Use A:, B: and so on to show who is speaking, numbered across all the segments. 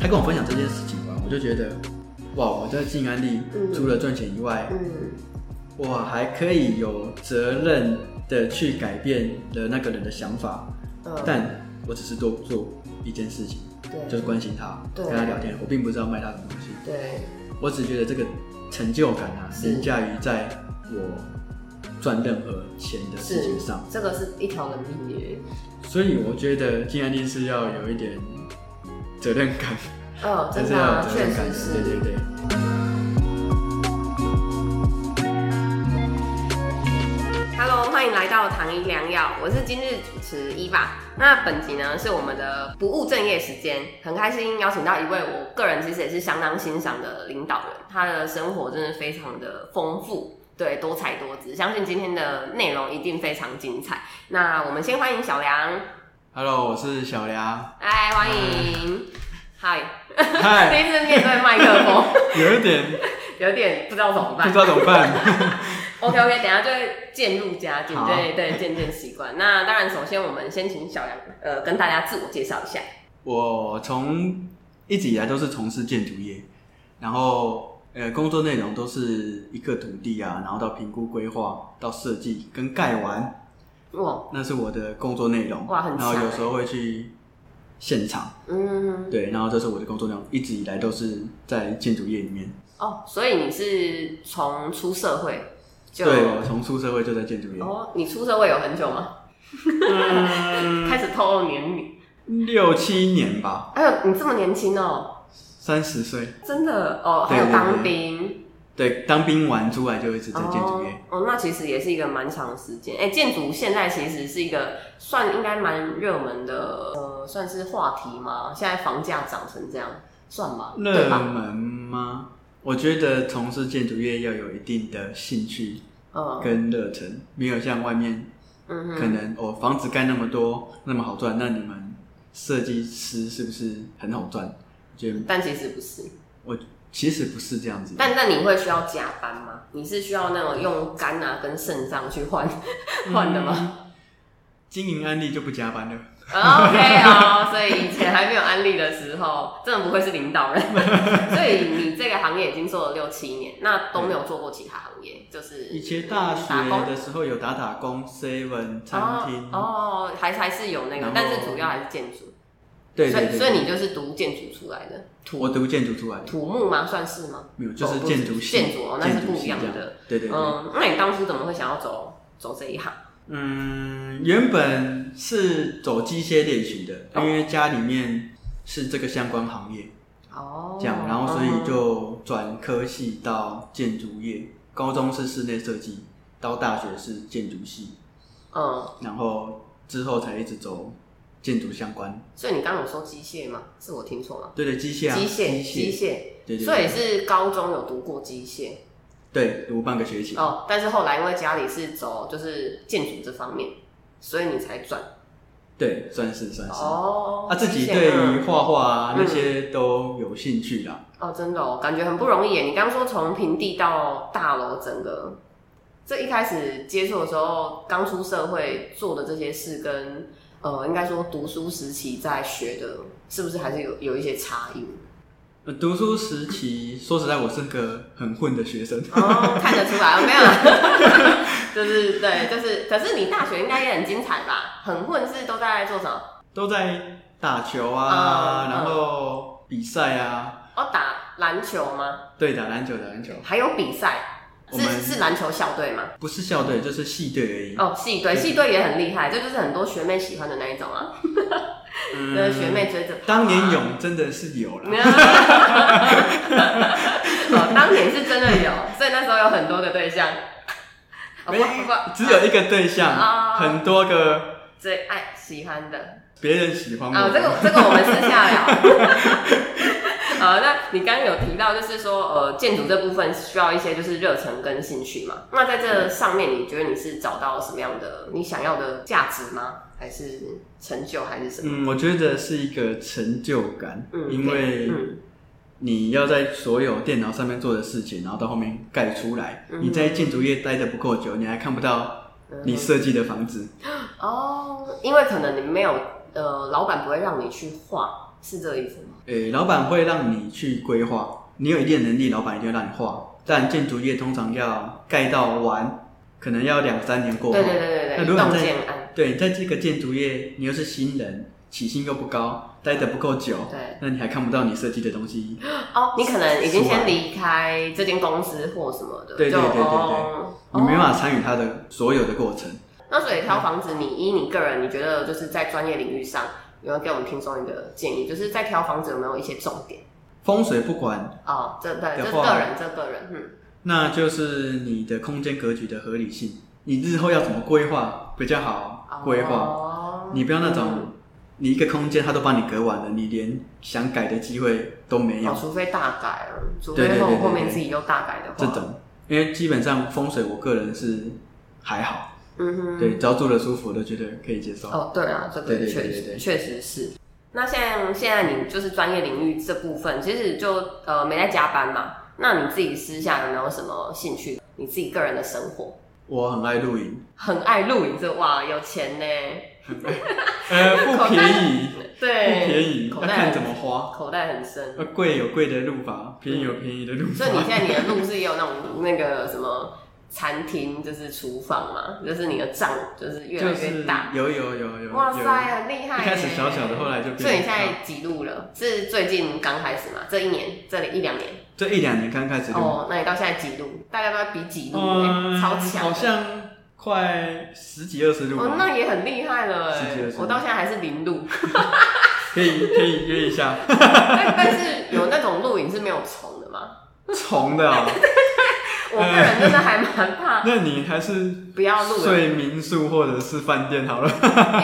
A: 他跟我分享这件事情吧，我就觉得，哇，我在静安利
B: 嗯
A: 除了赚钱以外，
B: 嗯，
A: 我还可以有责任的去改变了那个人的想法，
B: 嗯
A: 但我只是多做一件事情，
B: 对
A: 就是关心他，
B: 对
A: 跟他聊天，我并不知道卖他什么东西，
B: 对，
A: 我只觉得这个成就感啊，
B: 是
A: 凌驾于在我赚任何钱的事情上，
B: 这个是一条人命耶。
A: 所以我觉得静安利是要有一点责任感，
B: 嗯，
A: 还
B: 真
A: 是
B: 的
A: 要
B: 啊，
A: 有责
B: 确
A: 任感
B: 实
A: 的，
B: 是。
A: 对对对。
B: Hello，欢迎来到糖衣良药，我是今日主持伊爸。那本集呢是我们的不务正业时间，很开心邀请到一位我个人其实也是相当欣赏的领导人，他的生活真的非常的丰富，对，多彩多姿。相信今天的内容一定非常精彩。那我们先欢迎小梁，
A: Hello，我是小 梁。
B: 哎，欢
A: 嗯
B: 迎，嗨，第
A: 嗨，
B: 一次面对麦克风，
A: 有一 点
B: 有点不知道怎么
A: 不
B: 办
A: 知。道怎么办。
B: OK OK，等一下就会渐入佳境，
A: 好
B: 对对，渐渐习惯。那当然，首先我们先请小杨呃跟大家自我介绍一下。
A: 我从一直以来都是从事建筑业，然后呃，工作内容都是一个土地啊，然后到评估规划，到设计跟盖完，
B: 哇，
A: 那是我的工作内容。
B: 哇很
A: 然后
B: 强
A: 有时候会去现场，
B: 嗯，
A: 对，然后这是我的工作内容，一直以来都是在建筑业里面。
B: 哦，所以你是从出社会就
A: 对，我从出社会就在建筑业，
B: 哦，你出社会有很久吗？
A: 嗯，
B: 开始透露年龄，
A: 六七年吧，
B: 哎呦，你这么年轻哦，
A: 三十岁。
B: 真的哦，还
A: 对
B: 有
A: 对
B: 当
A: 对
B: 兵
A: 对，当兵完出来就一直在建筑业。
B: 哦，哦，那其实也是一个蛮长的时间。哎，建筑现在其实是一个算应该蛮热门的，呃，算是话题吗？现在房价涨成这样，算吧，对
A: 热
B: 吧？
A: 门吗？我觉得从事建筑业要有一定的兴趣
B: 嗯
A: 跟热忱，没有像外面
B: 嗯
A: 可
B: 哼，
A: 能哦房子盖那么多那么好赚，那你们设计师是不是很好赚？我觉得
B: 但其实不是。
A: 我其实不是这样子，
B: 但那你会需要加班吗？你是需要那种用肝啊跟肾脏去换 换的吗、
A: 嗯？经营案例就不加班了，
B: o k 哦，所以以前还没有安利的时候，真的不愧是领导人。 所以你这个行业已经做了六七年，那都没有做过其他行业，就是
A: 以前大
B: 打
A: 学
B: 工
A: 的时候有打打工、seven 餐厅，
B: 哦哦，还还是有那
A: 然
B: 个
A: 后，
B: 但是主要还是建筑。
A: 对对
B: 所以所以
A: 对，
B: 你就是读建筑出来的，
A: 我
B: 土
A: 读建筑出来的，
B: 土木吗？算是吗？
A: 没有就
B: 哦
A: 是
B: 不
A: 建筑系，
B: 建筑哦那是
A: 建筑
B: 不
A: 系
B: 一样
A: 这样
B: 的，
A: 对对对。
B: 嗯，那你当初怎么会想要走走这一行？
A: 嗯，原本是走机械类型的，
B: 哦
A: 因为家里面是这个相关行业，
B: 哦，
A: 这样，然后所以
B: 嗯
A: 就转科系到建筑业。高中是室内设计，到大学是建筑系，
B: 嗯。
A: 然后之后才一直走建筑相关。
B: 所以你刚刚有说机械吗？是我听错吗？
A: 对对，机
B: 机
A: 械啊，
B: 械，
A: 机
B: 机
A: 械，
B: 械。
A: 对对
B: 所以
A: 对，
B: 是高中有读过机械
A: 对读半个学期。
B: 哦，但是后来因为家里是走就是建筑这方面，所以你才转
A: 对，算是算是。
B: 哦。
A: 啊，自己
B: 机械
A: 对于
B: 嗯
A: 画画啊那
B: 嗯
A: 些都有兴趣啦。
B: 哦，真的哦，感觉很不容易耶。你刚说从平地到大楼，整个这一开始接触的时候，刚出社会做的这些事跟呃，应该说读书时期在学的，是不是还是有有一些差异？
A: 呃读书时期，说实在，我是个很混的学 生。
B: 哦，看得出来，没有啦， 就是对，就是，可是你大学应该也很精彩吧？很混是都在做什么？
A: 都在打球啊，
B: 嗯
A: 然后比赛啊，
B: 哦，打篮球吗？
A: 对，打篮球，打篮球，
B: 还有比赛，
A: 我们嗯
B: 是是篮球校队吗？
A: 不是校队就是系队而已。
B: 哦，系队，系队也很厉害，这就是很多学妹喜欢的那一种啊，
A: 嗯
B: 就是学妹追着跑啊。
A: 当年勇真的是有啦，
B: 哦，当年是真的有，所以那时候有很多个对象。哦
A: 没
B: 不不不，
A: 只有一个对
B: 啊
A: 象，很多个
B: 最爱喜欢的
A: 别人喜欢
B: 啊，
A: 我
B: 这个
A: 的。
B: 这个我们私下聊。 好，那你刚刚有提到，就是说，呃，建筑这部分需要一些就是热忱跟兴趣嘛。那在这上面，你觉得你是找到什么样的你想要的价值吗？还是成就还是什么？
A: 嗯，我觉得是一个成就感，
B: 嗯
A: 因为
B: 嗯
A: 你要在所有电脑上面做的事情，然后到后面盖出来。
B: 嗯
A: 你在建筑业待的不够久，你还看不到
B: 嗯
A: 你设计的房子。
B: 哦，因为可能你没有呃，老板不会让你去画，是这个意思吗？
A: 诶、老板会让你去规划，你有一定的能力，老板一定会让你画。但建筑业通常要盖到完，可能要两三年过后。
B: 对对对
A: 哦
B: 对
A: 那
B: 对，
A: 如
B: 一
A: 果
B: 栋
A: 你在
B: 建案，
A: 对，你在这个建筑业，你又是新人，起薪又不高，待得不够久，
B: 对
A: 那你还看不到你设计的东西。
B: 哦，你可能已经
A: 是吧
B: 先离开这间公司或什么的，
A: 对对
B: 就
A: 对对对
B: 哦
A: 你没
B: 哦
A: 办法参与它的所有的过程。
B: 那所以挑房子，你依你个人，你觉得就是在专业领域上，有没有给我们听众一个建议？就是在挑房子有没有一些重点？
A: 风水不管，
B: 哦，这对，
A: 的
B: 这
A: 话
B: 个人，这个人，嗯，
A: 那就是你的空间格局的合理性，你日后要怎么规划比较
B: 哦
A: 好规划。
B: 划
A: 你不要那
B: 哦
A: 种，你一个空间他都帮你隔完了，你连想改的机会都没有
B: 哦，。除非大改了，除
A: 对
B: 非
A: 对
B: 后
A: 对对
B: 后面
A: 对
B: 自己又大改的话，
A: 这，种，因为基本上风水，我个人是还好，
B: 嗯哼，
A: 对，只要住的舒服，我都觉得可以接受。
B: 哦，对啊，这个
A: 对对对
B: 确
A: 对
B: 实
A: 对
B: 确实是。那像现在你就是专业领域这部分，其实就呃没在加班嘛。那你自己私下有没有什么兴趣？你自己个人的生活，
A: 我很爱露营，
B: 很爱露营这哇，有钱呢。
A: 呃，不便宜，不
B: 对，
A: 便宜，要
B: 口袋
A: 看怎
B: 很
A: 么花。
B: 口袋很深。
A: 呃，贵有贵的路法，便宜有便宜的路
B: 嗯所以你现
A: 法。
B: 在你的路是也有那种那个什么餐厅，就是厨房嘛，就是你的账就是越来
A: 就
B: 越
A: 是
B: 大。
A: 有有有有，
B: 哇
A: 有
B: 塞，很厉害耶！
A: 一开始小小的，后来就变。
B: 所以你现在几路了？是最近刚开始嘛？这一年，这里一两年
A: 这一两年刚开始录，
B: 哦。那你到现在几路？大家都在比几路、欸，
A: 嗯，
B: 超强的！
A: 好像快十几二十路
B: 哦，
A: 吧，
B: 那也很厉害了哎、
A: 是是是
B: 我到现在还是 零路，
A: 可以可以约一 下。
B: 但但是有那种录影是没有虫的嘛？
A: 虫的哦，
B: 我个人真的还蛮怕
A: 那你还是
B: 不要录了，
A: 睡民宿或者是饭店好了。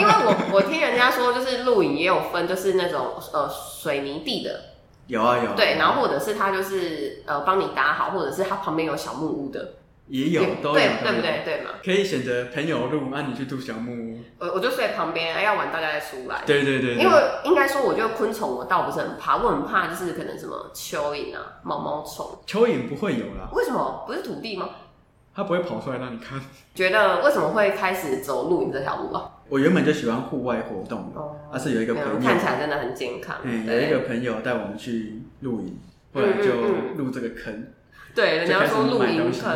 B: 因为我我听人家说，就是露营也有分，就是那种呃水泥地的，
A: 有啊有啊
B: 对，然后或者是它就是呃帮你打好，或者是它旁边有小木屋的，
A: 也有
B: 也
A: 都有
B: 对对不？
A: 都有
B: 对对嘛？
A: 可以选择朋友路，那、你去住小木屋。
B: 我我就睡旁边，哎要晚大家再出来。
A: 对对对对
B: 因为应该说，我觉得昆虫我倒不是很怕，我很怕就是可能什么蚯蚓啊、毛毛虫。
A: 蚯蚓不会有啦，
B: 为什么不是土地吗？
A: 它不会跑出来让你看。
B: 觉得为什么会开始走露营这条路啊？
A: 我原本就喜欢户外活动的，
B: 哦
A: 但、啊是有一个
B: 没
A: 朋
B: 有
A: 友，
B: 看起来真的很健康。
A: 嗯，有
B: 对
A: 一个朋友带我们去露营，后
B: 嗯
A: 来
B: 嗯
A: 就入这个坑。
B: 对，人家说
A: 就
B: 露
A: 开始买
B: 营
A: 东西
B: 坑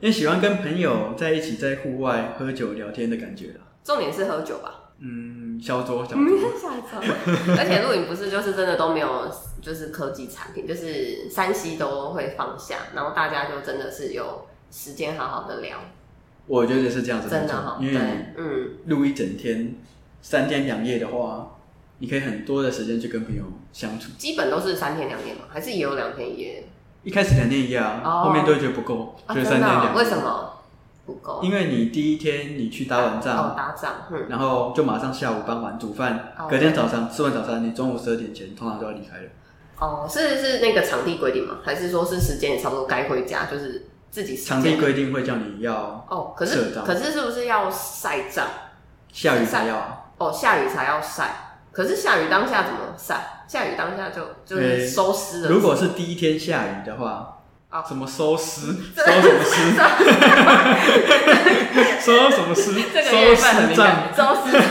A: 因为喜欢跟朋友在一起在户外喝酒聊天的感觉啦。
B: 重点是喝酒吧？
A: 嗯，小酌小
B: 嗯，
A: 酌，
B: 下一张。而且露营不是就是真的都没有，就是科技产品，就是山西都会放下，然后大家就真的是有时间好好的聊，
A: 我觉得是这样子没
B: 真的
A: 错
B: 哈、
A: 因
B: 对
A: 为你，
B: 嗯，
A: 录一整天，三天两夜的话，你可以很多的时间去跟朋友相处。
B: 基本都是三天两夜嘛，还是也有两天一夜
A: 一开始两天一夜啊，
B: 哦
A: 后面都会觉得不够，
B: 啊？
A: 就
B: 真
A: 是三
B: 的
A: 天
B: 哦、
A: 两夜。
B: 为什？么不够？啊
A: 因为你第一天你去打完
B: 哦，
A: 仗，
B: 打仗，嗯，
A: 然后就马上下午傍晚煮饭，
B: 哦
A: 隔天早上吃完早餐，你中午十二点前通常都要离开了。
B: 哦，是是那个场地规定吗？还是说是时间也差不多该回家，就是自己时间
A: 场地规定会叫你要
B: 哦，可
A: 社
B: 是
A: 帐
B: 可是是不是要晒帐？
A: 下雨才要啊，
B: 哦，下雨才要晒，可是下雨当下怎么晒？下雨当下就就是
A: 呃
B: 收湿了。
A: 如果是第一天下雨的话
B: 哦，
A: 什么收 尸，收什么尸， 收什么尸，
B: 啊 这个
A: 收
B: 月份很
A: 尸
B: 敏
A: 账。
B: 感，收湿。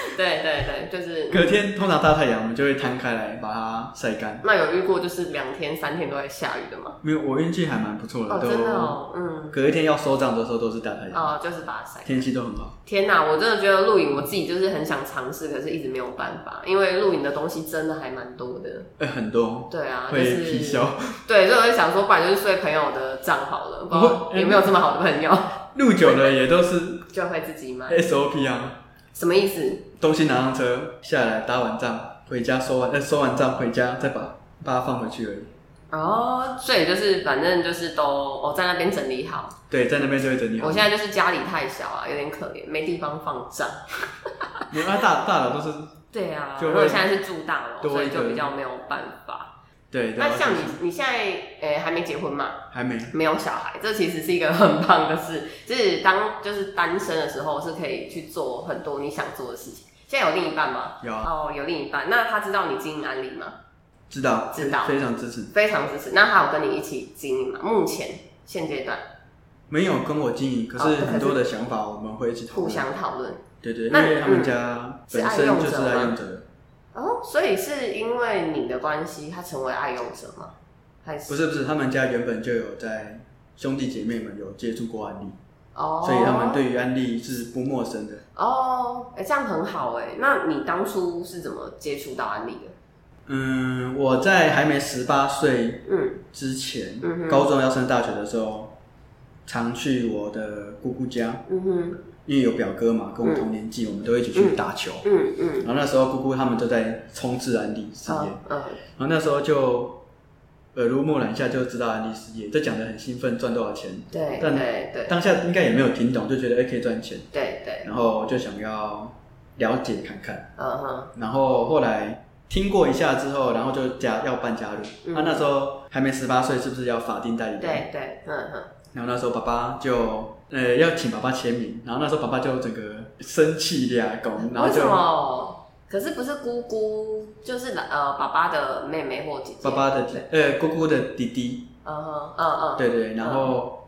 B: 对对对，就是
A: 隔天通常大太阳，我们就会摊开来把它晒干。
B: 那有遇过就是两天三天都在下雨的吗？
A: 没有，我运气还蛮不错的，
B: 哦，
A: 都
B: 真的哦，嗯，
A: 隔一天要收账的时候都是大太阳，
B: 哦，就是把它晒。
A: 天气都很好。
B: 天哪，我真的觉得露营我自己就是很想尝试，可是一直没有办法，因为露营的东西真的还蛮多的。
A: 哎，很多
B: 对啊，就
A: 会
B: 是
A: 皮消。
B: 对，所以我就想说，不然就是睡朋友的帐好了，不知道
A: 不会
B: 有没有这么好的朋友，
A: 录久了也都是
B: 就会自己买。
A: SOP 啊，
B: 什么意思？
A: 东西拿上车下来打完仗，回家收完，呃，收完账回家再把把它放回去而已。
B: 哦，所以就是反正就是都我、哦在那边整理好。
A: 对，在那边就会整理好。
B: 我现在就是家里太小啊，有点可怜，没地方放账。
A: 没有啊，大大佬都是
B: 对啊，
A: 就
B: 因
A: 会
B: 为我现在是住大楼，
A: 多
B: 所以
A: 一个
B: 就比较没有办法。
A: 对。对
B: 那像你，你现在诶、还没结婚嘛，
A: 还没
B: 没有小孩，这其实是一个很棒的事。就是当就是单身的时候，是可以去做很多你想做的事情。现在有另一半吗？
A: 有啊，
B: 哦，有另一半。那他知道你经营安利吗？
A: 知道
B: 知道
A: 非常支持。
B: 非常支持。那他有跟你一起经营吗？目前现阶段
A: 没有跟我经营，可
B: 哦
A: 是
B: 可是
A: 很多的想法我们会一起讨
B: 互
A: 论。
B: 相讨论。
A: 对对，因
B: 那嗯
A: 为他们家本身就是爱用者，
B: 哦，所以是因为你的关系，他成为爱用者吗？还是
A: 不是不是，他们家原本就有在兄弟姐妹们有接触过安利，
B: 哦，
A: 所以他们对于安利是不陌生的。
B: 哦，哎、这样很好哎、那你当初是怎么接触到安利的？
A: 嗯，我在还没十八岁
B: 嗯
A: 之前，
B: 嗯哼
A: 高中要升大学的时候，常去我的姑姑家，
B: 嗯哼
A: 因为有表哥嘛，跟我同年纪，我们都一起去打球。
B: 嗯嗯
A: 然后那时候姑姑他们都在冲刺安利事业，
B: 嗯嗯
A: 然后那时候就耳濡目染一下就知道安利事业，就讲的很兴奋，赚多少钱。
B: 对
A: 但
B: 对对
A: 当下应该也没有听懂，就觉得哎、可以赚钱，
B: 对对，
A: 然后就想要了解看看，
B: 嗯哼
A: 然后后来听过一下之后，然后就加要办加入。那、
B: 嗯
A: 那时候还没十八岁，是不是要法定代理人？
B: 对对嗯哼
A: 然后那时候爸爸就呃要请爸爸签名，然后那时候爸爸就整个生气俩拱，然后
B: 为什
A: 就
B: 么？可是不是姑姑，就是呃爸爸的妹妹或姐姐。
A: 爸爸的姐呃姑姑的弟弟，
B: 嗯哼嗯嗯，
A: 对对，然后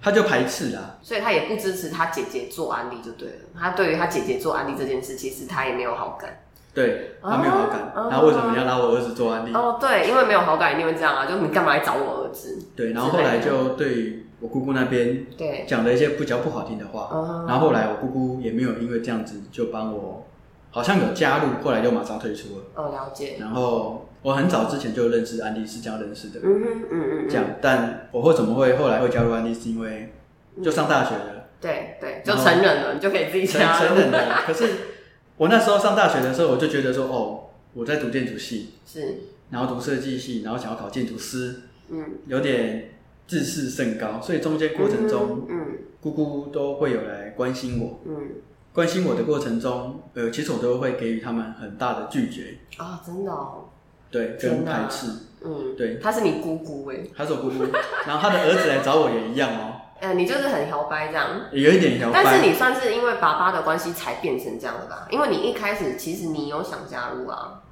A: 他就排斥啦，
B: 所以他也不支持他姐姐做安利就对了。他对于他姐姐做安利这件事，其实他也没有好感。
A: 对
B: 哦
A: 他没有好感，
B: 哦
A: 然后为什么你要拿我儿子做案例？
B: 哦，对，因为没有好感一定会这样啊，就你干嘛来找我儿子？
A: 对，然后后来就对我姑姑那边
B: 对，
A: 讲了一些不较不好听的话，
B: 嗯
A: 然后后来我姑姑也没有因为这样子就帮我，好像有加入，后来就马上退出了。
B: 哦了解，
A: 然后我很早之前就认识安利是这样认识的，
B: 嗯哼嗯嗯嗯，
A: 这样，但我会怎么会后来会加入安利，是因为就上大学了，
B: 对对，就
A: 然后
B: 成人了，你就可以自己
A: 承
B: 加入
A: 承认了。可是我那时候上大学的时候，我就觉得说，哦，我在读建筑系，
B: 是，
A: 然后读设计系，然后想要考建筑师，
B: 嗯，
A: 有点自视甚高，所以中间过程中，
B: 嗯
A: 姑姑都会有来关心我。
B: 嗯
A: 关心我的过程中，呃，其实我都会给予他们很大的拒绝，
B: 啊，真的哦，
A: 对，
B: 真
A: 跟
B: 的啊
A: 排斥，
B: 嗯，
A: 对。
B: 她是你姑姑哎，
A: 他是我姑姑， 然后他的儿子来找我也一样哦，
B: 呃，你就是很摇摆这样。
A: 也有一点摇摆。
B: 但是你算是因为爸爸的关系才变成这样的吧？因为你一开始其实你有想加入啊，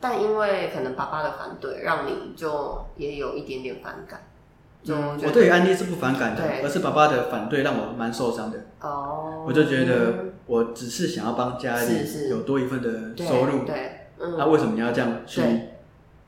B: 但因为可能爸爸的反对，让你就也有一点点反感。就
A: 嗯，
B: 觉得
A: 我对于安利是不反感的
B: 对，
A: 而是爸爸的反对让我蛮受伤的。
B: 哦，
A: 我就觉
B: 嗯
A: 得我只是想要帮家
B: 是
A: 里
B: 是
A: 有多一份的
B: 对
A: 收入，啊
B: 对，
A: 那
B: 嗯，
A: 为什么你要这样去
B: 对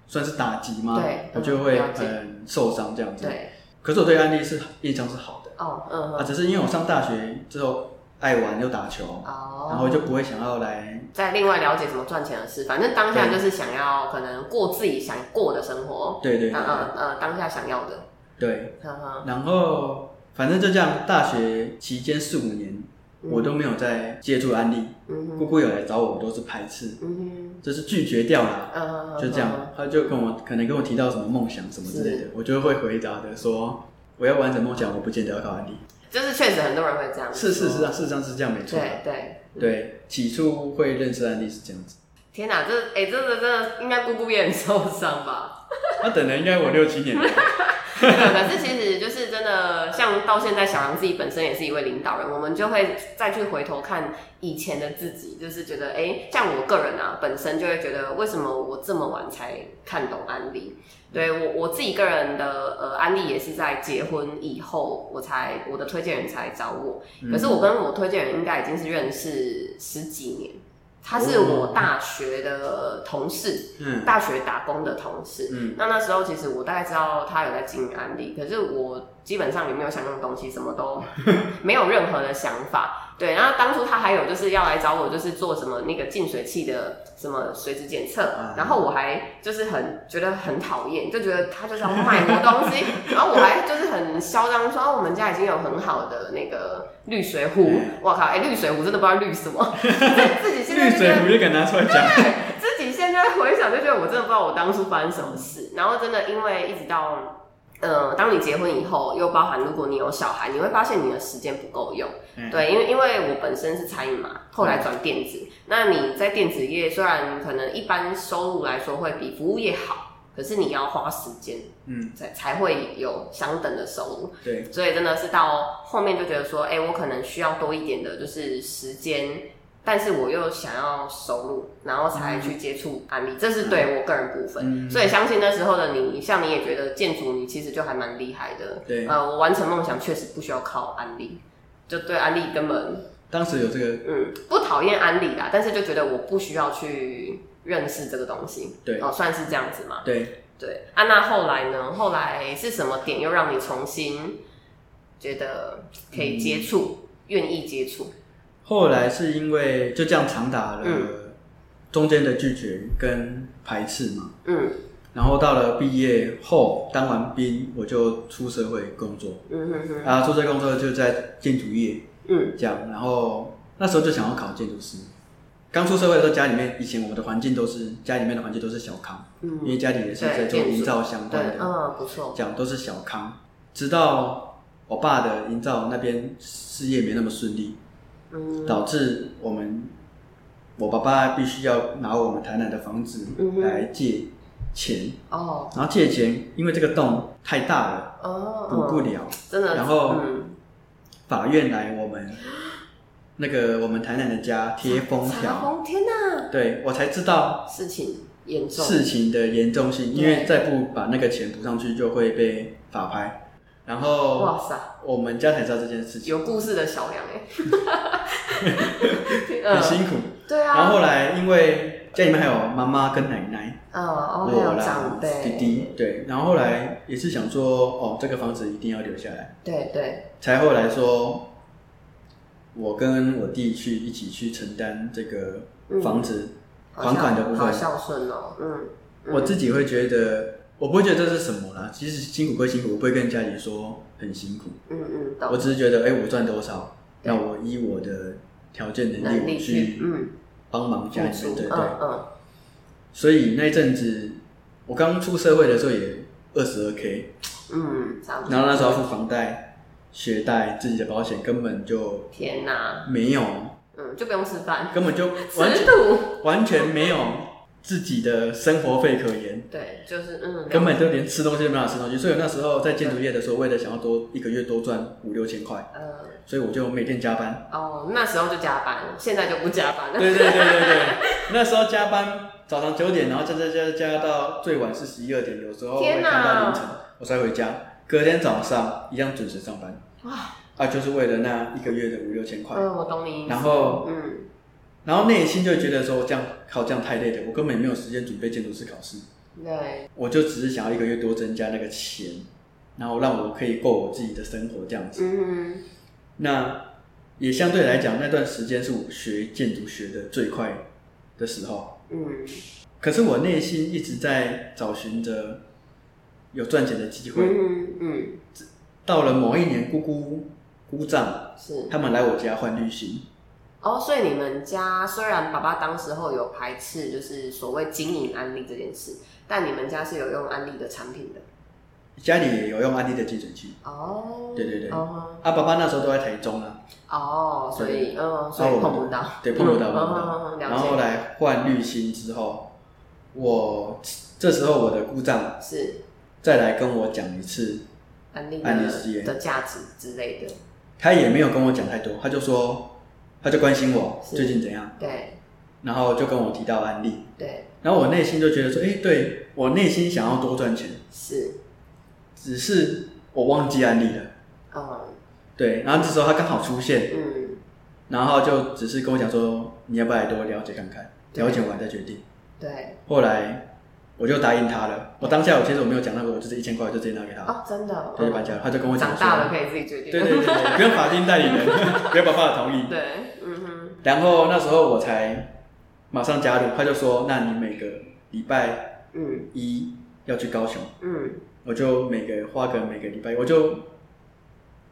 A: 算是打击吗
B: 对？
A: 我就
B: 嗯
A: 会
B: 了解
A: 很受伤这样子。
B: 对，
A: 可是我对安利是印象是好的
B: 哦，嗯
A: 啊，
B: 哼，
A: 只是因为我上大学之后爱玩又打球，
B: 哦，
A: 然后就不会想要来
B: 再另外了解怎么赚钱的事，反正当下就是想要可能过自己想过的生活，
A: 对对
B: 嗯
A: 对
B: 嗯嗯，当下想要的，
A: 对，
B: 呵呵，
A: 然后反正就这样，大学期间四五年
B: 嗯
A: 我都没有再接触安利，
B: 嗯
A: 姑
B: 哼，
A: 姑有来找我，我都是排斥，
B: 嗯
A: 就是拒绝掉了。
B: 哼，嗯嗯哼，
A: 就这样，他就跟我可能跟我提到什么梦想什么之类的，我就会回答的说，我要完成梦想，我不见得要考安利。
B: 就是确实很多人会这样，
A: 是是是啊，，事实上是这样没错啊。
B: 哦对对。
A: 对，起初会认识安利是这样子。
B: 天哪，这哎、真的真的，应该姑姑也很受伤 吧？
A: 他啊等了应该我六七年了，
B: 对可是其实就是真的，像到现在，小杨自己本身也是一位领导人，我们就会再去回头看以前的自己，就是觉得哎、像我个人啊，本身就会觉得为什么我这么晚才看懂安利？
A: 嗯
B: 对我我自己个人的呃安利也是在结婚以后，我才我的推荐人才找我，
A: 嗯
B: 可是我跟我推荐人应该已经是认识十几年，他是我大学的同事。
A: 嗯
B: 大学打工的同事。
A: 嗯
B: 那那时候其实我大概知道他有在经营安利，可是我基本上也没有想那种东西，什么 都没有任何的想法。对，然后当初他还有就是要来找我，就是做什么那个净水器的什么水质检测
A: 嗯，
B: 然后我还就是很觉得很讨厌，就觉得他就是要卖我东 西，然后我还就是很嚣张说、哦我们家已经有很好的那个滤水壶， 我靠，哎、滤水壶真的不知道滤什么，自己现在
A: 绿
B: 就觉得
A: 水壶就敢拿出来讲，
B: 自己现在回想就觉得我真的不知道我当初发生什么事，然后真的因为一直到，呃，当你结婚以后，又包含如果你有小孩，你会发现你的时间不够用。
A: 嗯
B: 对，因为因为我本身是餐饮嘛，后来转电子，那你在电子业虽然可能一般收入来说会比服务业好，可是你要花时间
A: 嗯
B: 才才会有相等的收入。
A: 对，
B: 所以真的是到后面就觉得说，哎、我可能需要多一点的，就是时间，但是我又想要收入，然后才去接触案例，这是对我个人部分。
A: 嗯
B: 所以相信那时候的你，像你也觉得建筑你其实就还蛮厉害的。
A: 对
B: 呃，我完成梦想确实不需要靠安利，就对安利根本
A: 当时有这个
B: 嗯不讨厌安利啦，但是就觉得我不需要去认识这个东西，
A: 对
B: 哦，算是这样子嘛。
A: 对，
B: 对，啊，那后来呢？后来是什么点又让你重新觉得可以接
A: 嗯
B: 触，愿、意接触？
A: 后来是因为就这样长达了
B: 嗯
A: 中间的拒绝跟排斥嘛，
B: 嗯
A: 然后到了毕业后当完兵，我就出社会工作，
B: 嗯哼哼，
A: 啊，出社会工作就在建筑业
B: 嗯
A: 这样，然后那时候就想要考建筑师。刚出社会的时候，家里面以前我们的环境都是家里面的环境都是小康，因为
B: 嗯，
A: 家里也是在做营造相
B: 对
A: 关，的，
B: 嗯，不错，
A: 讲都是小康，直到我爸的营造那边事业没那么顺利，
B: 嗯
A: 导致我们我爸爸必须要拿我们台南的房子
B: 嗯哼
A: 来借钱，
B: 哦
A: 然后借钱，因为这个洞太大了，
B: 哦，
A: 补不了，
B: 真的，
A: 然后
B: 嗯，
A: 法院来我们那个我们台南的家贴封
B: 哦查
A: 条，
B: 封，天哪，
A: 对我才知道
B: 事情严重，
A: 事情的严重性，因为
B: 对
A: 再不把那个钱补上去就会被法拍，然后
B: 哇塞，
A: 我们家才知道这件事情，
B: 有故事的小 梁哎、欸，
A: 很
B: 嗯，
A: 辛苦。
B: 对啊，
A: 然后后来因为家里面还有妈妈跟奶奶，
B: 嗯，哦，还
A: 我
B: 有
A: 啦
B: 长辈，
A: 弟弟，对。然后后来也是想说，哦，这个房子一定要留下来，
B: 对对，
A: 才后来说，我跟我弟去一起去承担这个房子
B: 好
A: 还款的部
B: 孝嗯好
A: 分。
B: 孝顺哦，嗯，嗯
A: 我自己会觉得，我不会觉得这是什么啦。其实辛苦归辛苦，我不会跟家里说很辛苦。
B: 嗯嗯，懂
A: 我只是觉得，哎、我赚多少，
B: 对
A: 那我依我的条件能
B: 能
A: 力，
B: 力
A: 我去
B: 去嗯
A: 帮忙家里
B: 付
A: 面，
B: 出，
A: 对对。
B: 嗯嗯，
A: 所以那一阵子，我刚出社会的时候也二十二 k，
B: 嗯，差不多
A: 然后那时候要付房贷、学贷、自己的保险，根本就
B: 天哪，
A: 没有，
B: 嗯，就不用吃饭，
A: 根本就完
B: 吃
A: 全
B: 土，
A: 完全没有自己的生活费可言，
B: 对，就是嗯，
A: 根本就连吃东西都没有吃东西。所以我那时候在建筑业的时候，为了想要多一个月多赚五六千块，
B: 呃
A: 所以我就每天加班。
B: 哦，那时候就加班，现在就不加班了，
A: 对对对对对， 那时候加班早上九点，然后加加加加到最晚是十一二点，有时候会
B: 天
A: 干
B: 哪
A: 到凌晨，我才回家。隔天早上一样准时上班
B: 哇，
A: 啊，就是为了那一个月的五六千块。
B: 嗯，我懂你意思，
A: 然后，
B: 嗯
A: 然后内心就觉得说，这样靠这样太累了，我根本没有时间准备建筑师考试，
B: 对，
A: 我就只是想要一个月多增加那个钱，然后让我可以过我自己的生活这样子。
B: 嗯
A: 那也相对来讲，那段时间是我学建筑学的最快的时候。
B: 嗯
A: 可是我内心一直在找寻着有赚钱的机会。
B: 嗯嗯，
A: 到了某一年，姑姑姑丈
B: 是
A: 他们来我家换滤芯，
B: 哦，所以你们家虽然爸爸当时候有排斥，就是所谓经营安利这件事，但你们家是有用安利的产品的
A: 家里也有用安利的净水器。
B: 哦。
A: 对对对
B: 哦，
A: 啊，爸爸那时候都在台中啊，
B: 哦，所以嗯，
A: 啊我
B: 所以
A: 们
B: 碰不到，
A: 对，碰不到
B: 嗯
A: 碰不
B: 嗯嗯
A: 到。
B: 嗯
A: 然后后
B: 了
A: 来换滤芯之后，我这时候我的姑丈
B: 解是
A: 再来跟我讲一次，
B: 安利
A: 安利事业
B: 的的价值之类的，
A: 他也没有跟我讲太多，他就说他就关心我
B: 是
A: 最近怎样，
B: 对
A: 然后就跟我提到安利，
B: 对
A: 然后我内心就觉得说，哎，对我内心想要多赚钱。
B: 是，
A: 只是我忘记安利了。
B: 嗯
A: 对，然后这时候他刚好出现，
B: 嗯，
A: 然后就只是跟我讲说，你要不要来多了解看看？
B: 对
A: 了解完再决定。
B: 对
A: 后来我就答应他了。我当下我其实我没有讲那个，我就是一千块我就直接拿给他，
B: 哦，真的，
A: 他就搬家了。他就跟我
B: 嗯
A: 讲
B: 长
A: 说，
B: 大了可以自己决定，
A: 对对对对，不用法定代理人， 不用爸爸的同意。
B: 对嗯哼，
A: 然后那时候我才马上加入，他就说，那你每个礼拜
B: 嗯
A: 一要去高雄，
B: 嗯，
A: 我就每个花个每个礼拜，我就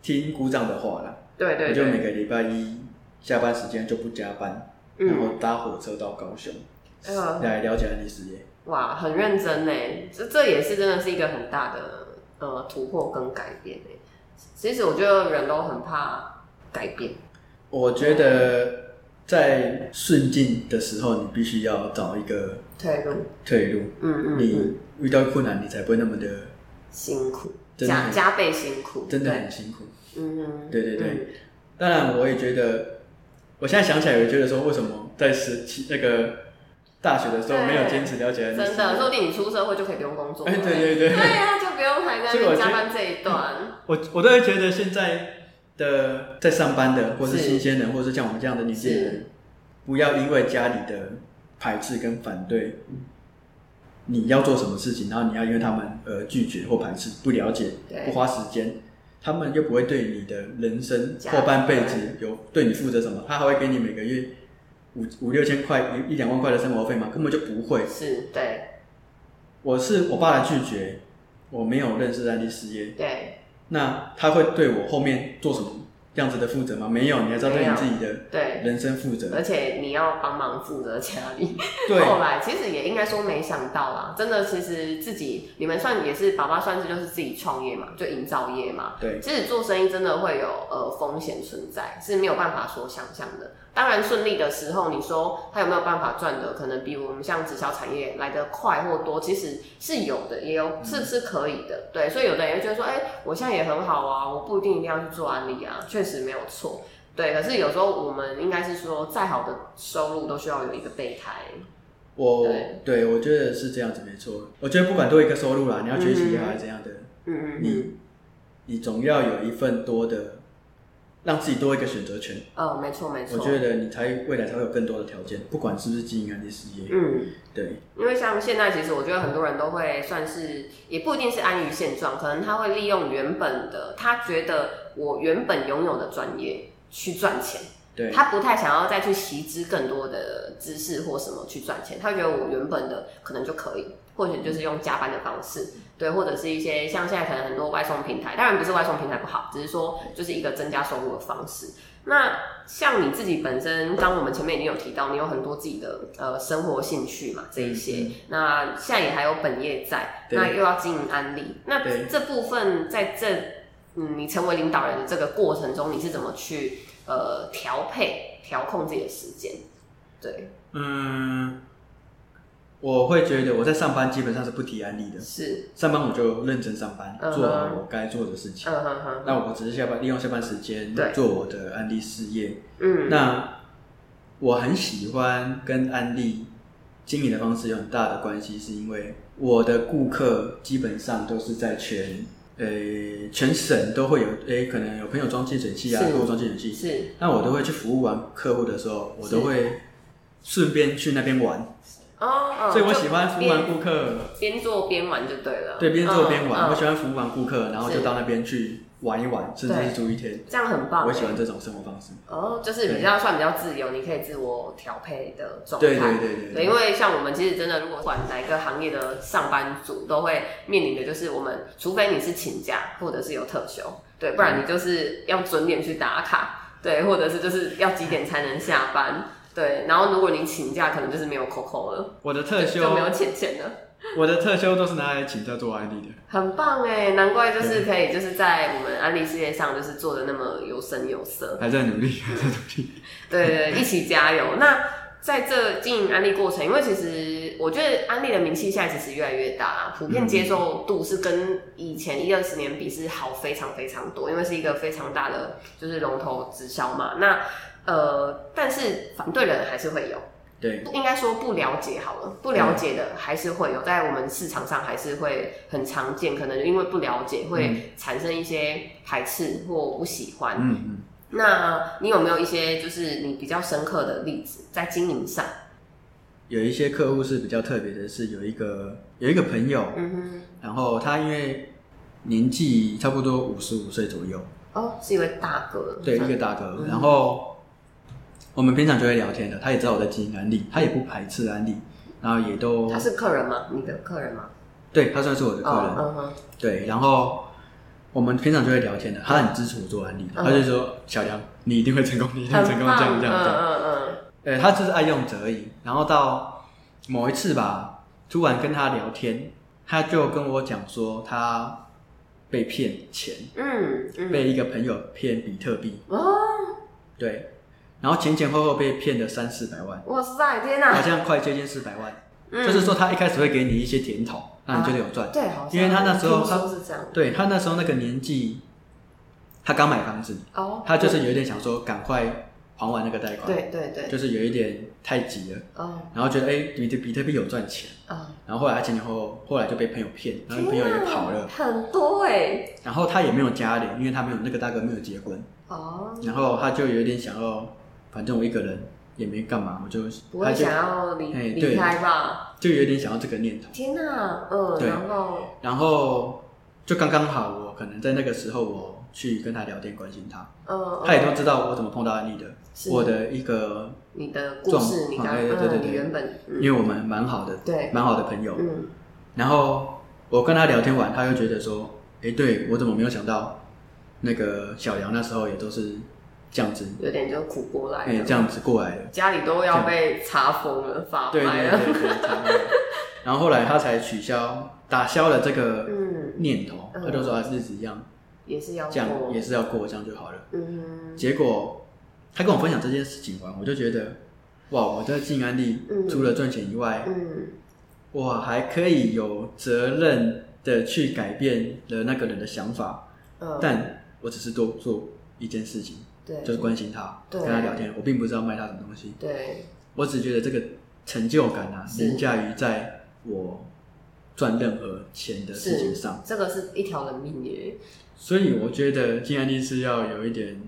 A: 听姑丈的话了。
B: 对对
A: 我就每
B: 对，
A: 个礼拜一下班时间就不加班，然后
B: 嗯，
A: 搭火车到高雄、
B: 嗯
A: 来了解安利事业。
B: 哇，很认真呢，这这也是真的是一个很大的呃突破跟改变呢。其实我觉得人都很怕改变，
A: 我觉得在顺境的时候，你必须要找一个
B: 退路，
A: 退路，
B: 嗯嗯嗯，
A: 你遇到困难，你才不会那么的
B: 辛苦，
A: 真的
B: 加
A: 很
B: 加倍辛苦，
A: 真的
B: 对
A: 很辛苦。
B: 嗯，
A: 对对对，当然，我也觉得，我现在想起来，也觉得说，为什么在十七那个大学的时候
B: 对
A: 没有坚持了解安
B: 嗯，
A: 利
B: 真
A: 事业
B: 的，说不定你出社会就可以不用工作了，
A: 哎，对对对。
B: 对啊，就不用还在那
A: 所以我
B: 边
A: 觉
B: 加
A: 得嗯
B: 班这一段，
A: 我我都会觉得现在的在上班的，或是
B: 是
A: 新鲜人，或是像我们这样的年纪人，不要因为家里的排斥跟反对
B: 嗯
A: 你要做什么事情，然后你要因为他们而拒绝或排斥、不了解、
B: 对
A: 不花时间，他们又不会对你的人生
B: 加
A: 后半辈子有对你负责什么，他还会给你每个月五五六千块、一一两万块的生活费吗？根本就不会。
B: 是对
A: 我是我爸的拒绝，我没有认识在地事业，
B: 对
A: 那他会对我后面做什么样子的负责吗？没有，你还是要对你自己的
B: 对，
A: 人生负责
B: 而。且你要帮忙负责家里。
A: 对，
B: 后来其实也应该说没想到啦，真的，其实自己你们算也是爸爸算是就是自己创业嘛，就营造业嘛。
A: 对，
B: 其实做生意真的会有呃风险存在，是没有办法所想象的。当然顺利的时候，你说他有没有办法赚的，可能比我们像直销产业来得快或多，其实是有的，也
A: 嗯
B: 有是是可以的。对，所以有的人会觉得说，哎、我现在也很好啊，我不一定一定要去做安利啊，确实没有错。对，可是有时候我们应该是说，再好的收入都需要有一个备胎。嗯
A: 我
B: 对
A: 对我觉得是这样子，没错。我觉得不管多一个收入啦，你要学习也好，
B: 嗯
A: 还是怎样的，
B: 嗯嗯嗯。
A: 你你总要有一份多的，让自己多一个选择权。
B: 呃，没错没
A: 我
B: 错，
A: 觉得你才未来才会有更多的条件，不管是不是经营安利事业，
B: 嗯，
A: 对，
B: 因为像现在，其实我觉得很多人都会算是，也不一定是安于现状，可能他会利用原本的，他觉得我原本拥有的专业去赚钱，
A: 对，
B: 他不太想要再去习知更多的知识或什么去赚钱，他觉得我原本的可能就可以，或许就是用加班的方式，
A: 嗯
B: 对，或者是一些像现在可能很多外送平台，当然不是外送平台不好，只是说就是一个增加收入的方式。那像你自己本身，刚我们前面已经有提到，你有很多自己的呃生活兴趣嘛，这一些，
A: 嗯
B: 那现在也还有本业在，
A: 对
B: 那又要经营安利，那
A: 对
B: 这部分在这嗯你成为领导人的这个过程中，你是怎么去呃调配调控自己的时间？对，
A: 嗯，我会觉得我在上班基本上是不提安利的，
B: 是，
A: 上班我就认真上班，
B: 嗯哼
A: 做好我该做的事情。
B: 嗯哼哼，
A: 那我只是下班利用下班时间
B: 对
A: 做我的安利事业。
B: 嗯，
A: 那我很喜欢跟安利经营的方式有很大的关系，是因为我的顾客基本上都是在全呃全省都会有，诶、可能有朋友装净水器啊，
B: 是
A: 客户装净水器，
B: 是
A: 那我都会去服务完客户的时候，我都会顺便去那边玩，
B: 哦，嗯
A: 所以我
B: 就
A: 喜欢服务完顾客，
B: 边做边玩就对了，
A: 对，边做边玩，
B: 嗯
A: 我喜欢服务完顾客，然后
B: 是
A: 就到那边去玩一玩，甚至是住一天，
B: 这样很棒，欸
A: 我喜欢这种生活方式。
B: 哦，就是比较算比较自由，你可以自我调配的状态。
A: 对对对对
B: 对，因为像我们其实真的，如果管哪一个行业的上班族，都会面临的就是我们，除非你是请假或者是有特休，对，
A: 嗯
B: 不然你就是要准点去打卡，对，或者是就是要几点才能下班，对。然后如果你请假，可能就是没有 COCO 了，
A: 我的特休
B: 就没有钱钱了。
A: 我的特休都是拿来请假做安利的。
B: 很棒哎，难怪就是可以就是在我们安利事业上就是做的那么有声有色。
A: 还在努力，还在努力。
B: 对对，对一起加油。那在这经营安利过程，因为其实我觉得安利的名气现在其实越来越大啦，普遍接受度是跟以前一二十年比是好非常非常多，因为是一个非常大的就是龙头直销嘛。那呃，但是反对的人还是会有，
A: 对，
B: 应该说不了解好了，不了解的还是会有，在我们市场上还是会很常见，可能因为不了解会产生一些排斥或不喜欢。
A: 嗯
B: 那你有没有一些就是你比较深刻的例子在经营上？
A: 嗯，有一些客户是比较特别的，是有一个有一个朋友，
B: 嗯
A: 然后他因为年纪差不多五十五岁左右，
B: 哼，哦，是一位大哥，
A: 对，一
B: 嗯
A: 个大哥，
B: 嗯
A: 然后我们平常就会聊天的，他也知道我在经营安利，他也不排斥安利，然后也都
B: 他是客人吗？你的客人吗？
A: 对他算是我的客人，
B: 哦，嗯哼，
A: 对，然后我们平常就会聊天的，他很支持我做安利，
B: 嗯
A: 他就说小梁，你一定会成功，你一定会成功，这样这样这样。
B: 嗯
A: 呃，他就是爱用者而已。然后到某一次吧，突然跟他聊天，他就跟我讲说他被骗钱，
B: 嗯嗯嗯，
A: 被一个朋友骗比特币，
B: 哦，
A: 对，然后前前后后被骗了三四百万，
B: 哇塞，天
A: 好
B: 哪，
A: 像快接近四百万。
B: 嗯啊
A: 就是说他一开始会给你一些甜头，那你觉得有赚。
B: 对，好像
A: 因为他那时候
B: 听
A: 他
B: 说是这样，
A: 对他那时候那个年纪，他刚买房子，
B: 哦，
A: 他就是有一点想说赶快还完那个贷款，
B: 对对对，
A: 就是有一点太急了，
B: 哦
A: 然后觉得哎、比特比特币有赚钱。
B: 哦，
A: 然后后来他前前后后，后来就被朋友骗，然后朋友也跑
B: 天哪
A: 了，
B: 很多哎，
A: 然后他也没有家里，因为他没有那个大哥没有结婚，
B: 哦，
A: 然后他就有点想要，反正我一个人，也没干嘛，我就
B: 不
A: 他
B: 会
A: 就
B: 想要离
A: 哎
B: 离
A: 对
B: 开吧？
A: 就有点想要这个念头。
B: 天哪，嗯，
A: 对
B: 然后
A: 然后就刚刚好，我可能在那个时候我去跟他聊天，关心他，
B: 嗯，
A: 他也都知道我怎么碰到安利的，
B: 是
A: 我的一个，
B: 你的故事，
A: 状
B: 你刚
A: 哎对对
B: 嗯，
A: 对
B: 你原本
A: 因
B: 嗯
A: 为我们蛮好的，
B: 对
A: 蛮好的朋友。
B: 嗯
A: 然后我跟他聊天完，他又觉得说，哎，对我怎么没有想到，那个小梁那时候也都是这样子，
B: 有点就苦过来
A: 哎，
B: 了，
A: 这样子过来的。
B: 家里都要被查封了，发
A: 对
B: 牌
A: 对
B: 了，
A: 对对，差不多 然后后来他才取消，打消了这个
B: 嗯，
A: 念头，
B: 嗯哦
A: 他就说啊，日子一样，
B: 也是要
A: 这样
B: 过
A: 也，是要过，这样就好了。
B: 嗯
A: 结果他跟我分享这件事情完，我就觉得，哇，我在静安利
B: 嗯
A: 除了赚钱以外，
B: 嗯，
A: 我还可以有责任的去改变了那个人的想法，
B: 嗯
A: 但我只是多做一件事情，
B: 对
A: 就是关心他，
B: 对
A: 跟他聊天，我并不知道卖他什么东西，
B: 对
A: 我只觉得这个成就感啊，
B: 是
A: 凌驾于在我赚任何钱的事情
B: 是
A: 上，
B: 这个是一条人命耶，
A: 所以我觉得静安利是要有一点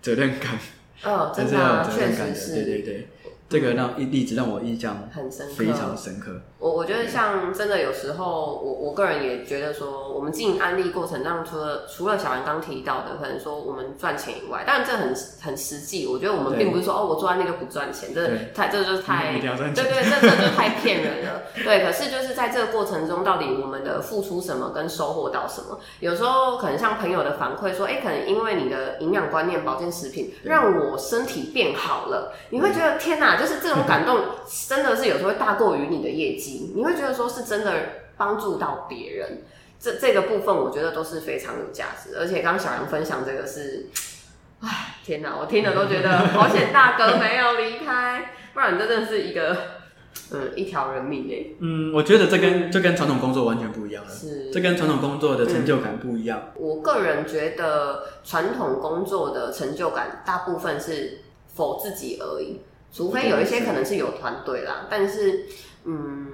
A: 责任感。
B: 嗯，
A: 这
B: 真
A: 是
B: 的
A: 要
B: 啊
A: 有责
B: 确
A: 任感
B: 实
A: 的，对对
B: 是。
A: 对，这个让一例子让我印象
B: 很深刻
A: 非常深刻。
B: 我我觉得像真的有时候，我我个人也觉得说，我们进案例过程当中，除了除了小兰刚提到的，可能说我们赚钱以外，当然这很很实际。我觉得我们
A: 对
B: 并不是说哦，我做案例就不赚钱，这
A: 对
B: 太这就是太
A: 嗯一定要赚钱
B: 对对，这这就太骗人了。对，可是就是在这个过程中，到底我们的付出什么跟收获到什么？有时候可能像朋友的反馈说，哎，可能因为你的营养观念、保健食品，
A: 对
B: 让我身体变好了。你会觉得天哪，就是这种感动，真的是有时候会大过于你的业绩。你会觉得说是真的帮助到别人，这这个部分我觉得都是非常有价值。而且刚刚小杨分享这个是，唉，天哪，我听了都觉得好险，大哥没有离开，不然这真的是一个嗯一条人命哎、
A: 嗯，我觉得这跟这跟传统工作完全不一样了，
B: 是
A: 这跟传统工作的成就感不一样。
B: 我个人觉得，传统工作的成就感大部分是否自己而已，除非有一些可能是有团队啦。但是，嗯，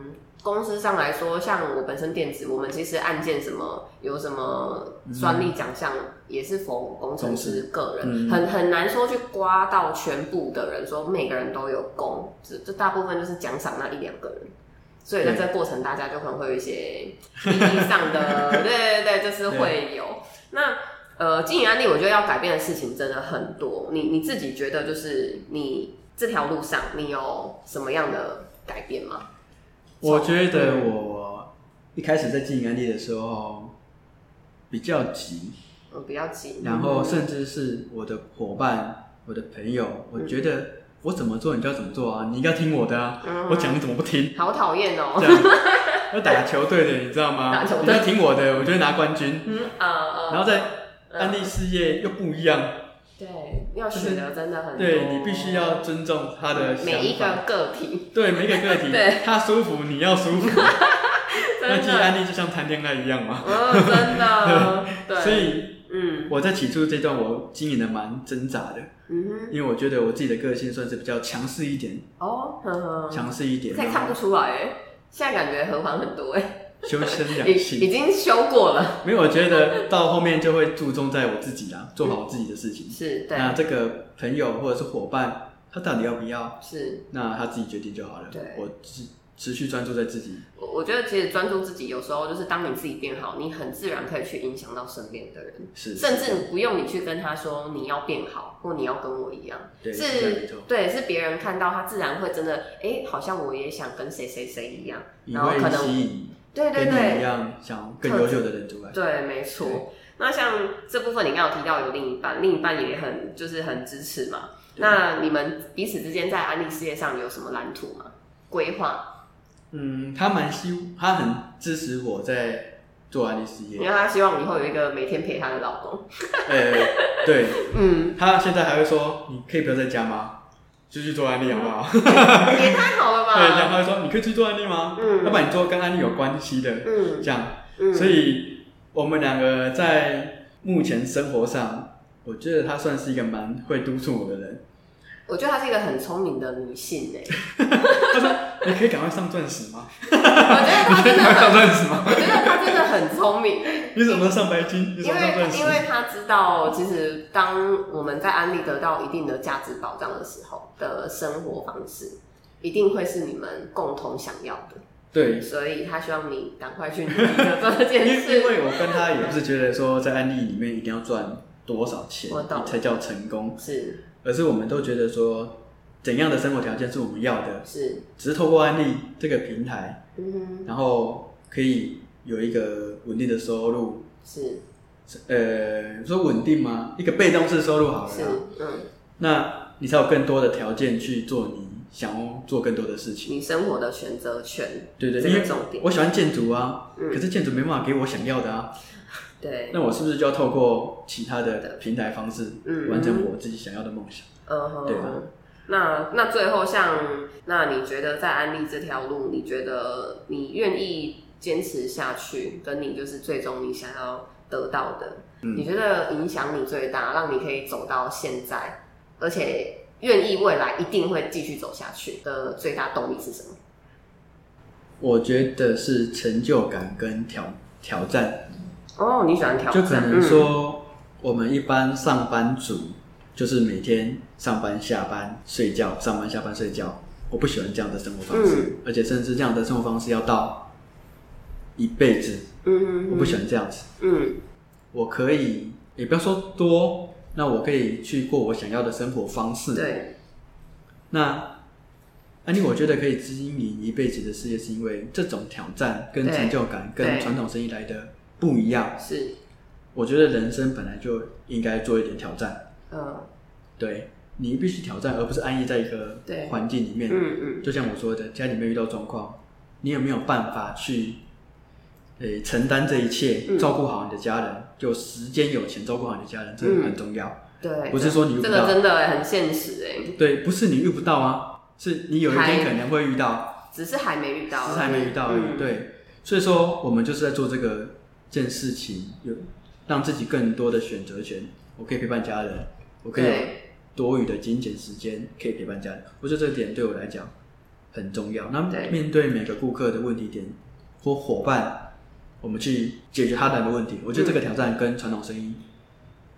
B: 公司上来说，像我本身电子，我们其实案件什么有什么专利奖项，也是否工程师个人，
A: 嗯
B: 很很难说去刮到全部的人，说每个人都有功，这这大部分就是奖赏那一两个人。所以在这个过程，大家就可能会有一些利益上 的，对对对，就是会有。那呃，经营案例，我觉得要改变的事情真的很多。你你自己觉得，就是你这条路上，你有什么样的改变吗？
A: 我觉得我一开始在经营安利的时候比较急，
B: 嗯，比较紧，
A: 然后甚至是我的伙伴、我的朋友，我觉得我怎么做你就要怎么做啊，你应该听我的啊，
B: 嗯
A: 我讲你怎么不听？
B: 好讨厌哦
A: 这。样要打球队的，你知道吗？
B: 打球队
A: 你要听我的，我就会拿冠军。
B: 嗯呃呃，
A: 然后在安利事业又不一样，
B: 对要学的真的很多，
A: 对你必须要尊重他的想法，
B: 嗯每一个个 体，
A: 对每一个个体，
B: 对
A: 他舒服你要 舒服，那
B: 真
A: 其实
B: 的，
A: 安利就像谈恋爱一样嘛。
B: 嗯，真的，对，
A: 所以
B: 嗯
A: 我在起初这段我经营的蛮挣扎的，
B: 嗯哼，
A: 因为我觉得我自己的个性算是比较强势一点，
B: 哦，呵呵，
A: 强势一点，
B: 可以看不出来哎，现在感觉和缓很多哎，
A: 修身
B: 已
A: 养
B: 已
A: 性。
B: 经修过了，
A: 没有，我觉得到后面就会注重在我自己啦，做好自己的事情。
B: 是对，
A: 那这个朋友或者是伙伴，他到底要不要？
B: 是
A: 那他自己决定就好了。
B: 对
A: 我持持续专注在自己。
B: 我我觉得其实专注自己，有时候就是当你自己变好，你很自然可以去影响到身边的人，
A: 是，
B: 甚至你不用你去跟他说你要变好，或你要跟我一样，
A: 对对没
B: 是
A: 错，
B: 对，是别人看到他自然会真的，哎、好像我也想跟谁谁谁一样，
A: 你
B: 然后
A: 会
B: 可能
A: 吸引
B: 对对
A: 跟你一
B: 对
A: 样想更优秀的人出来。
B: 对，没错。那像这部分你刚刚有提到有另一半，另一半也很就是很支持嘛。
A: 对
B: 那你们彼此之间在安利事业上有什么蓝图吗？规划？
A: 嗯，他蛮希，他很支持我在做安利事
B: 因为
A: 业。
B: 他希望以后有一个每天陪他的老公。
A: 呃，对
B: 嗯，
A: 他现在还会说，你可以不要在家吗？就去做安利好不好？
B: 嗯也太好了
A: 对，然后
B: 吧？
A: 他会说，你可以去做安利吗？
B: 嗯
A: 要不然你做跟安利有关系的，
B: 嗯
A: 这样。
B: 嗯，
A: 所以我们两个在目前生活上，我觉得他算是一个蛮会督促我的人。
B: 我觉得她是一个很聪明的女性哎、
A: 你可以赶快上钻石吗？
B: 我觉得她
A: 上
B: 真的很，
A: 钻石吗？
B: 我觉得她真的很聪明，
A: 你怎么上白金？你怎
B: 因
A: 么上
B: 为
A: 钻石？
B: 因为他知道，其实当我们在安利得到一定的价值保障的时候的生活方式，一定会是你们共同想要的，
A: 对，
B: 所以他希望你赶快去努力的做这
A: 因
B: 件
A: 为因
B: 事。
A: 为我跟他也不是觉得说在安利里面一定要赚多少钱
B: 我懂
A: 才叫成功，
B: 是
A: 而是我们都觉得说怎样的生活条件是我们要的，
B: 是，
A: 只是透过安利这个平台，
B: 嗯哼，
A: 然后可以有一个稳定的收入。
B: 是
A: 呃，说稳定吗？一个被动式收入好了
B: 是
A: 啦，，
B: 嗯，
A: 那你才有更多的条件去做你想要做更多的事情。
B: 你生活的选择权，
A: 对对，
B: 这
A: 因
B: 个
A: 为
B: 重点
A: 我，喜欢建筑啊，
B: 嗯
A: 可是建筑没办法给我想要的啊，
B: 对，
A: 那我是不是就要透过其他的平台方式
B: 嗯
A: 完成我自己想要的梦想？
B: 嗯哼，
A: 对啊吧
B: 那那最后像，那你觉得在安利这条路，你觉得你愿意坚持下去，跟你就是最终你想要得到的，
A: 嗯
B: 你觉得影响你最大，让你可以走到现在，而且愿意未来一定会继续走下去的最大动力是什么？
A: 我觉得是成就感跟挑挑战，
B: 哦，你喜欢挑
A: 就
B: 战，
A: 可能
B: 嗯
A: 说我们一般上班族就是每天上班下班睡觉，上班下班睡觉，我不喜欢这样的生活方
B: 嗯
A: 式，而且甚至这样的生活方式要到一辈子，
B: 嗯，嗯，
A: 我不喜
B: 欢，
A: 欢这样子。
B: 嗯
A: 我可以，也不要说多，那我可以去过我想要的生活方式。
B: 嗯，，对，
A: 那安妮，我觉得可以经营一辈子的事业，是因为这种挑战跟
B: 对
A: 成就感
B: 对
A: 跟传统生意来的不一样。
B: 是，
A: 我觉得人生本来就应该做一点挑战，
B: 嗯
A: 对你必须挑战，而不是安逸在一个
B: 对
A: 环境里面。
B: 嗯嗯，
A: 就像我说的，家里面遇到状况，你有没有办法去，诶、承担这一切，
B: 嗯
A: 照顾好你的家人，就时间有钱照顾好你的家人，这个很重要。
B: 对，
A: 不是说你遇
B: 这
A: 不
B: 个
A: 到，
B: 真的很现实哎、
A: 对，不是你遇不到啊，是你有一天可能会遇到，
B: 只是还没遇到而已，
A: 只是还没遇到而已。
B: 嗯，
A: 对，所以说我们就是在做这个件事情，有让自己更多的选择权。我可以陪伴家人，我可以有
B: 对，
A: 多余的金钱时间可以陪伴家人，我觉得这点对我来讲很重要。那
B: 对
A: 面对每个顾客的问题点或伙伴，我们去解决他的问题，我觉得这个挑战跟传统生意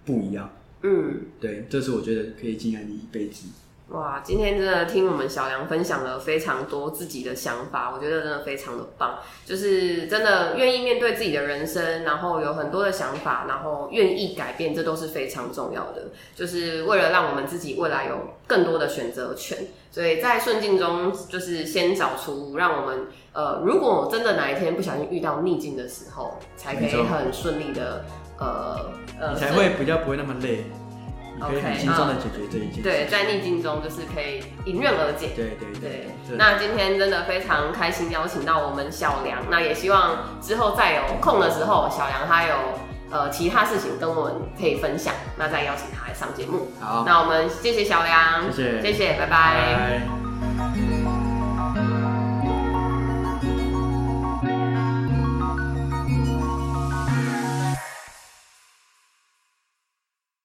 A: 不一样。
B: 嗯，
A: 对，这是我觉得可以经营你一辈子。
B: 哇，今天真的听我们小梁分享了非常多自己的想法，我觉得真的非常的棒，就是真的愿意面对自己的人生，然后有很多的想法，然后愿意改变，这都是非常重要的，就是为了让我们自己未来有更多的选择权。所以在顺境中，就是先找出让我们呃，如果真的哪一天不小心遇到逆境的时候，才可以
A: 没错
B: 很顺利的呃呃
A: 你才会比较不会那么累，你可以
B: OK，
A: 很轻松的解决这一件事。
B: 对，在逆境中就是可以呃迎刃而解。
A: 对对
B: 对
A: 对，这
B: 那今天真的非常开心邀请到我们小梁，那也希望之后再有空的时候，小梁他有呃其他事情跟我们可以分享，那再邀请他来上节目。
A: 好，
B: 那我们谢谢小梁，
A: 谢谢
B: 谢谢，拜拜
A: 拜。